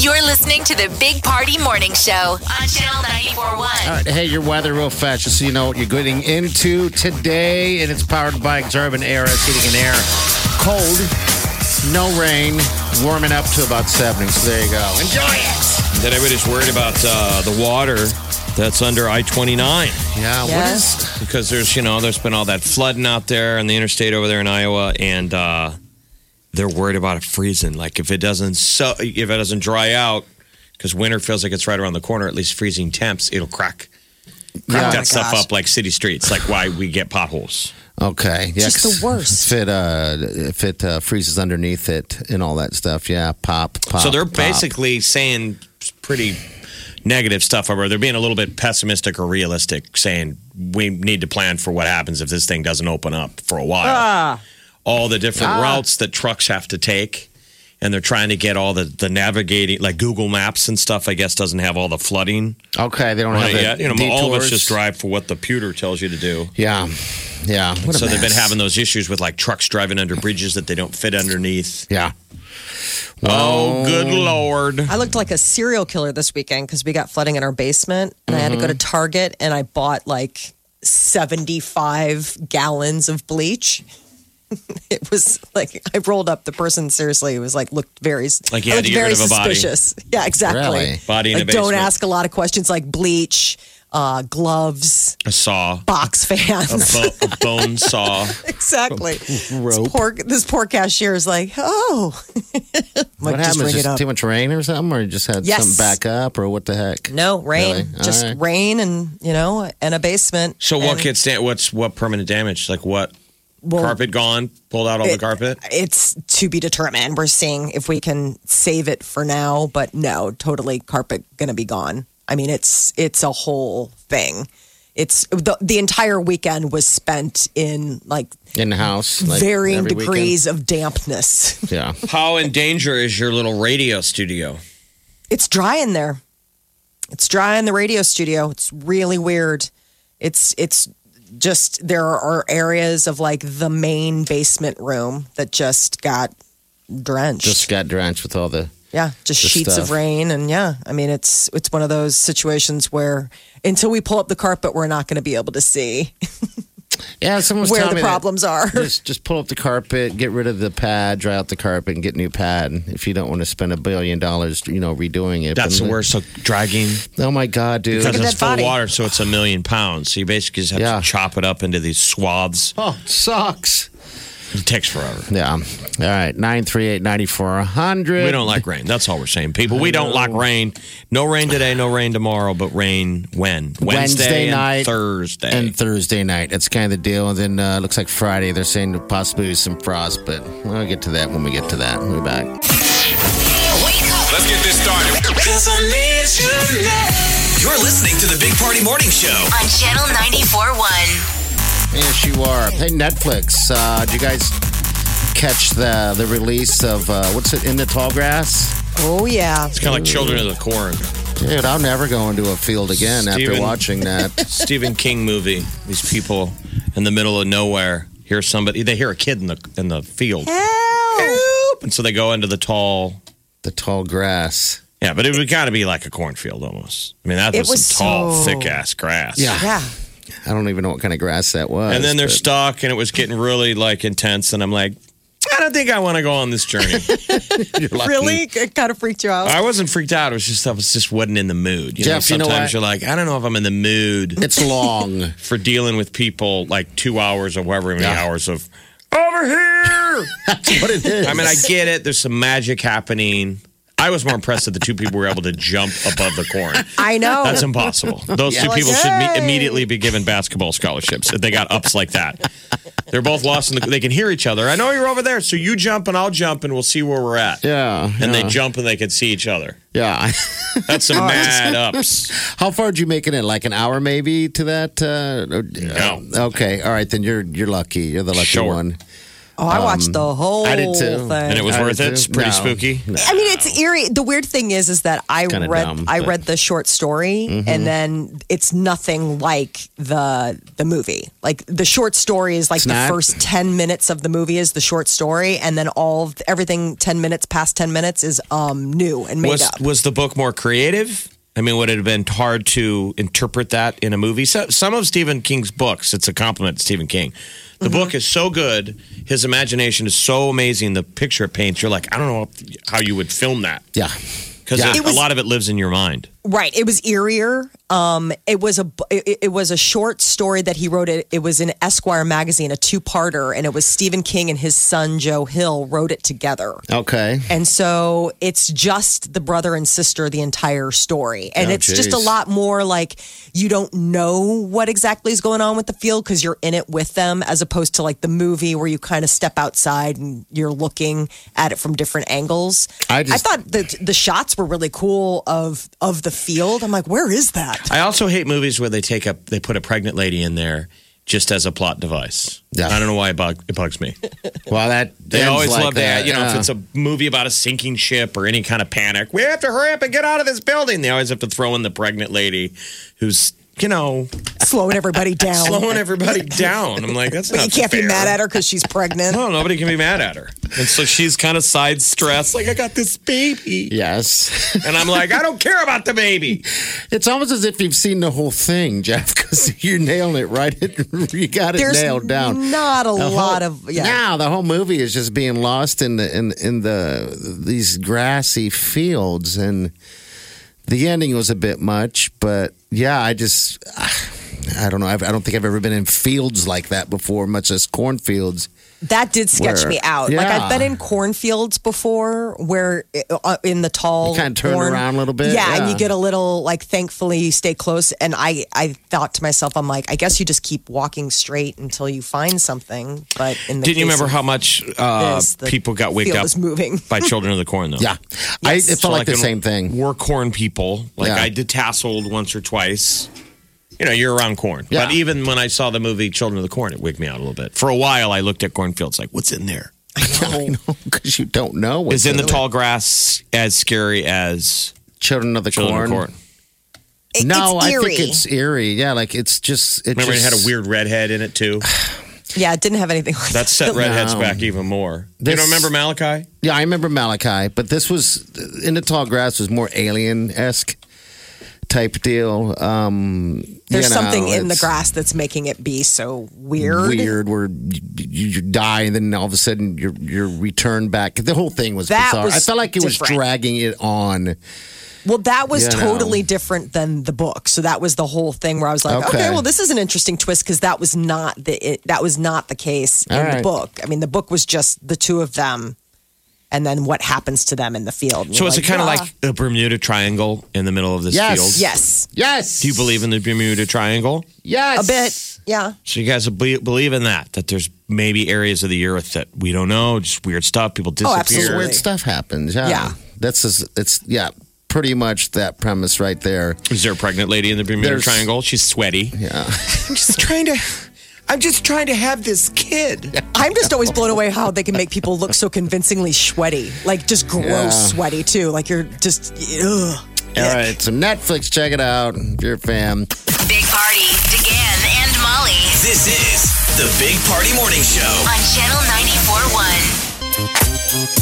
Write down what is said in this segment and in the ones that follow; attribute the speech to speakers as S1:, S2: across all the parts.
S1: You're listening to the Big Party Morning Show on Channel
S2: All
S1: one.
S2: right, hey, your weather real fast, just so you know what you're getting into today, and it's powered by Exurban Air, it's heating and air. Cold, no rain, warming up to about 70. So there you go. Enjoy it.
S3: Then everybody's worried about uh, the water that's under I 29
S2: Yeah, what is?
S3: because there's, you know, there's been all that flooding out there on the interstate over there in Iowa, and uh, they're worried about it freezing. Like if it doesn't so, if it doesn't dry out, because winter feels like it's right around the corner. At least freezing temps, it'll crack. Crack
S2: Yeah.
S3: that stuff up like city streets, like why we get potholes.
S2: Okay. Yeah,
S4: Just the
S2: 'cause
S4: worst.
S2: If it, uh, if it uh, freezes underneath it and all that stuff, yeah, pop, pop.
S3: so they're
S2: pop.
S3: basically saying pretty negative stuff over they're being a little bit pessimistic or realistic saying we need to plan for what happens if this thing doesn't open up for a while
S2: Ah.
S3: all the different routes that trucks have to take and they're trying to get all the, the navigating like google maps and stuff i guess doesn't have all the flooding
S2: Okay, they don't
S3: on
S2: have
S3: it
S2: the
S3: yet. you know all of us
S2: detours.
S3: just drive for what the pewter tells you to do
S2: Yeah, yeah. What a
S3: so they've been
S2: mess.
S3: having those issues with like trucks driving under bridges that they don't fit underneath
S2: Yeah.
S3: oh good lord
S4: I looked like a serial killer this weekend because we got flooding in our basement and I had to go to
S3: Mm-hmm.
S4: Target and I bought like 75 gallons of bleach. it was like I rolled up the person seriously. It was like looked very
S3: Like you
S4: I
S3: had to get
S4: looked very
S3: rid of a body.
S4: suspicious. Yeah, exactly.
S2: Really?
S3: Body in
S4: like,
S3: a
S4: don't
S3: basement.
S4: ask a lot of questions like bleach, uh, gloves,
S3: a saw
S4: box
S3: a,
S4: fans.
S3: bo- a bone saw
S4: exactly. This poor this poor cashier is like, oh,
S2: What
S4: Like, just
S2: happened?
S4: ring
S2: Just
S4: it up.
S2: too much rain or something, or you just had
S4: Yes.
S2: something back up, or what the heck?
S4: No rain,
S2: Really? All
S4: just
S2: right.
S4: rain, and you know, and a basement.
S3: So what
S4: And
S3: gets da- what's what permanent damage? Like what
S4: Well,
S3: carpet gone? Pulled out all the
S4: it-
S3: carpet?
S4: It's to be determined. We're seeing if we can save it for now, but no, totally carpet gonna be gone. I mean, it's it's a whole thing. It's the the entire weekend was spent in like
S2: in the house, like
S4: varying
S2: every
S4: degrees of dampness.
S2: weekend? Yeah.
S3: How in danger is your little radio studio?
S4: It's dry in there. It's dry in the radio studio. It's really weird. It's it's just there are areas of like the main basement room that just got drenched.
S2: Just got drenched with all the.
S4: yeah, just
S2: the
S4: sheets
S2: stuff.
S4: of rain and yeah. I mean, it's it's one of those situations where until we pull up the carpet, we're not going to be able to see
S2: Yeah, someone was
S4: where
S2: telling me
S4: the
S2: that
S4: problems are.
S2: Just just pull up the carpet, get rid of the pad, dry out the carpet, and get new pad. If you don't want to spend a billion dollars, you know, redoing it.
S3: That's
S2: But-
S3: the worst. So dragging
S2: Oh my god, dude!
S3: because it's
S4: that
S3: full of
S4: body.
S3: water, so it's a million pounds. So you basically just have
S2: Yeah.
S3: to chop it up into these swaths.
S2: Oh, sucks.
S3: It takes forever.
S2: Yeah. All right. Nine three eight ninety four hundred.
S3: We don't like rain. That's all we're saying, people. We don't like rain. No rain today. No rain tomorrow. But rain when
S2: Wednesday
S3: and
S2: night
S3: Thursday.
S2: and Thursday night. That's kind of the deal. And then uh, looks like Friday they're saying possibly some frost, but we'll get to that when we get to that. We'll be back.
S1: Wake up
S5: Let's get this started.
S6: You're listening to the Big Party Morning Show.
S1: on Channel 94.1.
S2: Yes, you are. Hey, Netflix. Uh, did you guys catch the the release of uh, what's it in the tall grass?
S4: oh yeah,
S3: it's kind of like Children of the Corn,
S2: Dude, I'll never go into a field again after
S3: Steven.
S2: watching that.
S3: Stephen King movie. These people in the middle of nowhere hear somebody. They hear a kid in the in the field. And so they go into the tall.
S2: the tall grass.
S3: Yeah, but it would got to be like a cornfield almost. I mean, that
S4: It
S3: was,
S4: was
S3: some tall,
S4: so-
S3: thick ass grass.
S2: Yeah.
S4: yeah.
S2: I don't even know what kind of grass that was.
S3: And then they're
S2: but-
S3: stuck, and it was getting really like intense. And I'm like, I don't think I want to go on this journey.
S2: You're lucky.
S4: Really, it kind of freaked you out.
S2: Ah.
S3: I wasn't freaked out. It was just I was just wasn't in the mood. You
S2: Jeff,
S3: know,
S2: you know
S3: sometimes
S2: what?
S3: are like, I don't know if I'm in the mood
S2: It's long.
S3: for dealing with people like two hours or however many
S2: Yeah.
S3: hours of over here.
S2: That's what it is.
S3: I mean, I get it. There's some magic happening. I was more impressed that the two people were able to jump above the corn.
S4: I know.
S3: That's impossible. Those two
S4: Like,
S3: people should me-
S4: hey.
S3: immediately be given basketball scholarships if they got ups like that. They're both lost in the. They can hear each other. I know you're over there, so you jump and I'll jump and we'll see where we're at.
S2: Yeah.
S3: And
S2: yeah, Oh,
S3: they jump and they can see each other.
S2: Yeah.
S3: That's some mad ups.
S2: How far did you make it in? Like an hour, maybe to that? Uh, or-
S3: No.
S2: Okay. All right. Then you're you're lucky. You're the lucky
S3: Sure.
S2: one.
S4: oh, I watched the whole
S2: um, I did too.
S4: thing.
S3: And it was
S2: I
S3: worth
S2: do.
S3: it. It's pretty
S2: No.
S3: spooky.
S4: I mean, it's eerie. The weird thing is, is that I
S2: kinda
S4: read,
S2: dumb,
S4: I
S2: but- Mm-hmm.
S4: read the short story, and then it's nothing like the the movie. Like the short story is like
S2: It's
S4: the
S2: not?
S4: first ten minutes of the movie is the short story, and then all of, everything ten minutes past ten minutes is um new and made
S3: was
S4: up.
S3: was the book more creative? I mean, would it have been hard to interpret that in a movie? So, some of Stephen King's books, it's a compliment to Stephen King. The
S4: Mm-hmm.
S3: book is so good, his imagination is so amazing. The picture it paints, you're like, I don't know how you would film that
S2: Yeah.
S3: because
S2: Yeah.
S4: It was-
S3: a lot of it lives in your mind.
S4: Right. It was eerier. Um, it was a bu- it, it was a short story that he wrote. It, it was in Esquire magazine, a two parter, and it was Stephen King and his son Joe Hill wrote it together.
S2: Okay.
S4: And so it's just the brother and sister, the entire story. And
S2: Oh,
S4: it's just a
S2: geez.
S4: lot more like you don't know what exactly is going on with the field because you're in it with them, as opposed to like the movie where you kind of step outside and you're looking at it from different angles.
S2: I just-
S4: thought the the shots were really cool of of the field. I'm like, where is that?
S3: I also hate movies where they take up they put a pregnant lady in there just as a plot device.
S2: Yeah.
S3: I don't know why it, bug, it bugs me.
S2: Well, that
S3: They
S2: ends
S3: always
S2: like
S3: love that. You know, if
S2: yeah.
S3: it's a movie about a sinking ship or any kind of panic, we have to hurry up and get out of this building. They always have to throw in the pregnant lady who's, you know,
S4: Slowing everybody down.
S3: slowing everybody down. I'm like, that's
S4: Oh. but
S3: not
S4: you can't
S3: fair.
S4: be mad at her because she's pregnant.
S3: No, nobody can be mad at her. And so she's kind of side stressed, like, I got this baby.
S2: Yes.
S3: And I'm like, I don't care about the baby.
S2: It's almost as if you've seen the whole thing, Jeff, because you're nailing it right. you got it
S4: There's
S2: nailed down.
S4: not a
S2: The
S4: lot
S2: whole-
S4: of yeah.
S2: Now the whole movie is just being lost in the in in the these grassy fields, and the ending was a bit much. But yeah, I just I don't know. I've, I don't think I've ever been in fields like that before, much as cornfields.
S4: That did sketch
S2: Where-
S4: me out. Like
S2: yeah.
S4: I've been in cornfields before, where uh, in the tall,
S2: You kinda turn
S4: corn-
S2: around a little bit,
S4: Yeah, and
S2: yeah.
S4: you get a little like. Thankfully, you stay close. And I, I thought to myself, I'm like, I guess you just keep walking straight until you find something. But in the
S3: Didn't you
S4: case
S3: remember
S4: of
S3: how much uh,
S4: this, the
S3: people got waked
S4: field
S3: up
S4: Is moving.
S3: by Children of the Corn, though?
S2: Yeah, I, it felt
S3: So,
S2: like the
S3: in-
S2: same thing.
S3: We're corn people. Like
S2: Yeah.
S3: I did tasseled once or twice. You know, you're around corn.
S2: Yeah.
S3: But even when I saw the movie Children of the Corn, it wigged me out a little bit. For a while, I looked at cornfields like, what's in there?
S2: Because you don't know what's
S3: Is in the tall grass as scary as
S2: children of the
S3: Children
S2: corn.
S3: of the Corn?
S4: It-
S2: No,
S4: it's
S2: I think
S4: eerie.
S2: it's eerie. Yeah, like it's just. It
S3: Remember,
S2: just,
S3: it had a weird redhead in it too.
S4: yeah, it didn't have anything like
S3: That set redheads
S2: No.
S3: back even more. you
S2: This-
S3: don't remember Malachi?
S2: Yeah, I remember Malachi, but this was in the tall grass was more alien esque type deal. Um,
S4: There's
S2: you know,
S4: something in the
S2: it's
S4: grass that's making it be so weird.
S2: Weird, where you, you die and then all of a sudden you're you're returned back. The whole thing was
S4: That
S2: bizarre.
S4: was
S2: I felt like it was
S4: different.
S2: dragging it on.
S4: Well, that was
S2: You know.
S4: totally different than the book. So that was the whole thing where I was like, okay,
S2: Okay.
S4: well, this is an interesting twist because that was not the it, that was not the case in
S2: All
S4: the
S2: right.
S4: book. I mean, the book was just the two of them, and then what happens to them in the field. And
S3: So
S4: you're
S3: is it kind of
S4: "Ah."
S3: like the Bermuda Triangle in the middle of this
S2: Yes.
S3: field?
S4: yes,
S2: Yes,
S3: Do you believe in the Bermuda Triangle?
S2: Yes,
S4: a bit, yeah.
S3: So you guys be- believe in that? That there's maybe areas of the earth that we don't know, just weird stuff. People disappear.
S4: absolutely.
S2: Weird stuff happens. Yeah,
S4: Yeah.
S2: that's just, it's yeah, pretty much that premise right there.
S3: Is there a pregnant lady in the Bermuda
S2: There's-
S3: Triangle? She's sweaty.
S2: Yeah.
S3: I'm just trying to. I'm just trying to have this kid.
S4: I'm just always blown away how they can make people look so convincingly sweaty, like just gross
S2: Yeah.
S4: sweaty too. Like you're just ugh.
S2: All right, so Netflix, check it out if you're a fan.
S1: Big Party, DeGan and Molly
S6: This is the Big Party Morning Show.
S1: on Channel 94.1.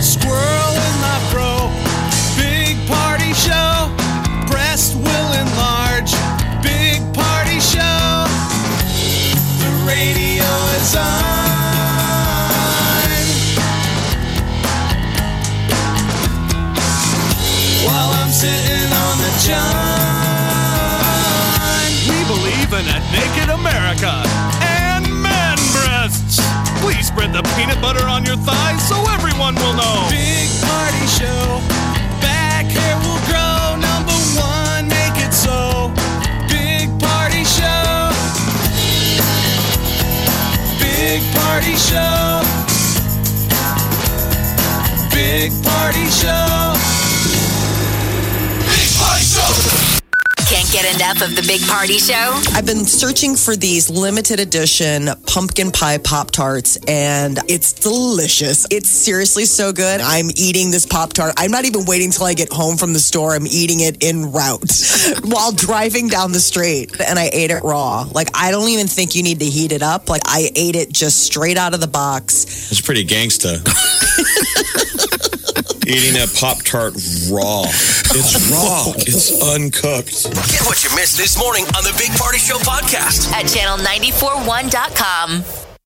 S5: Squirrel in my bro. Big party show. Breast will enlarge. Big party show. The radio is on. While I'm sitting on the john. We believe America and man breasts. Please spread the peanut butter on your thighs so everyone will know. Big party show. Back hair will grow. Number one, make it so. Big party show. Big party show. Big party show.
S6: Big Party Show.
S1: Can't get enough of the Big Party Show?
S4: I've been searching for these limited edition pumpkin pie Pop Tarts, and it's delicious. It's seriously so good. I'm eating this Pop Tart. I'm not even waiting till I get home from the store. I'm eating it en route while driving down the street, and I ate it raw. Like, I don't even think you need to heat it up. Like, I ate it just straight out of the box.
S3: It's pretty gangsta. Eating a Pop Tart raw. It's raw. It's uncooked.
S6: Get what you missed this morning on the Big Party Show podcast.
S1: At channel941.com.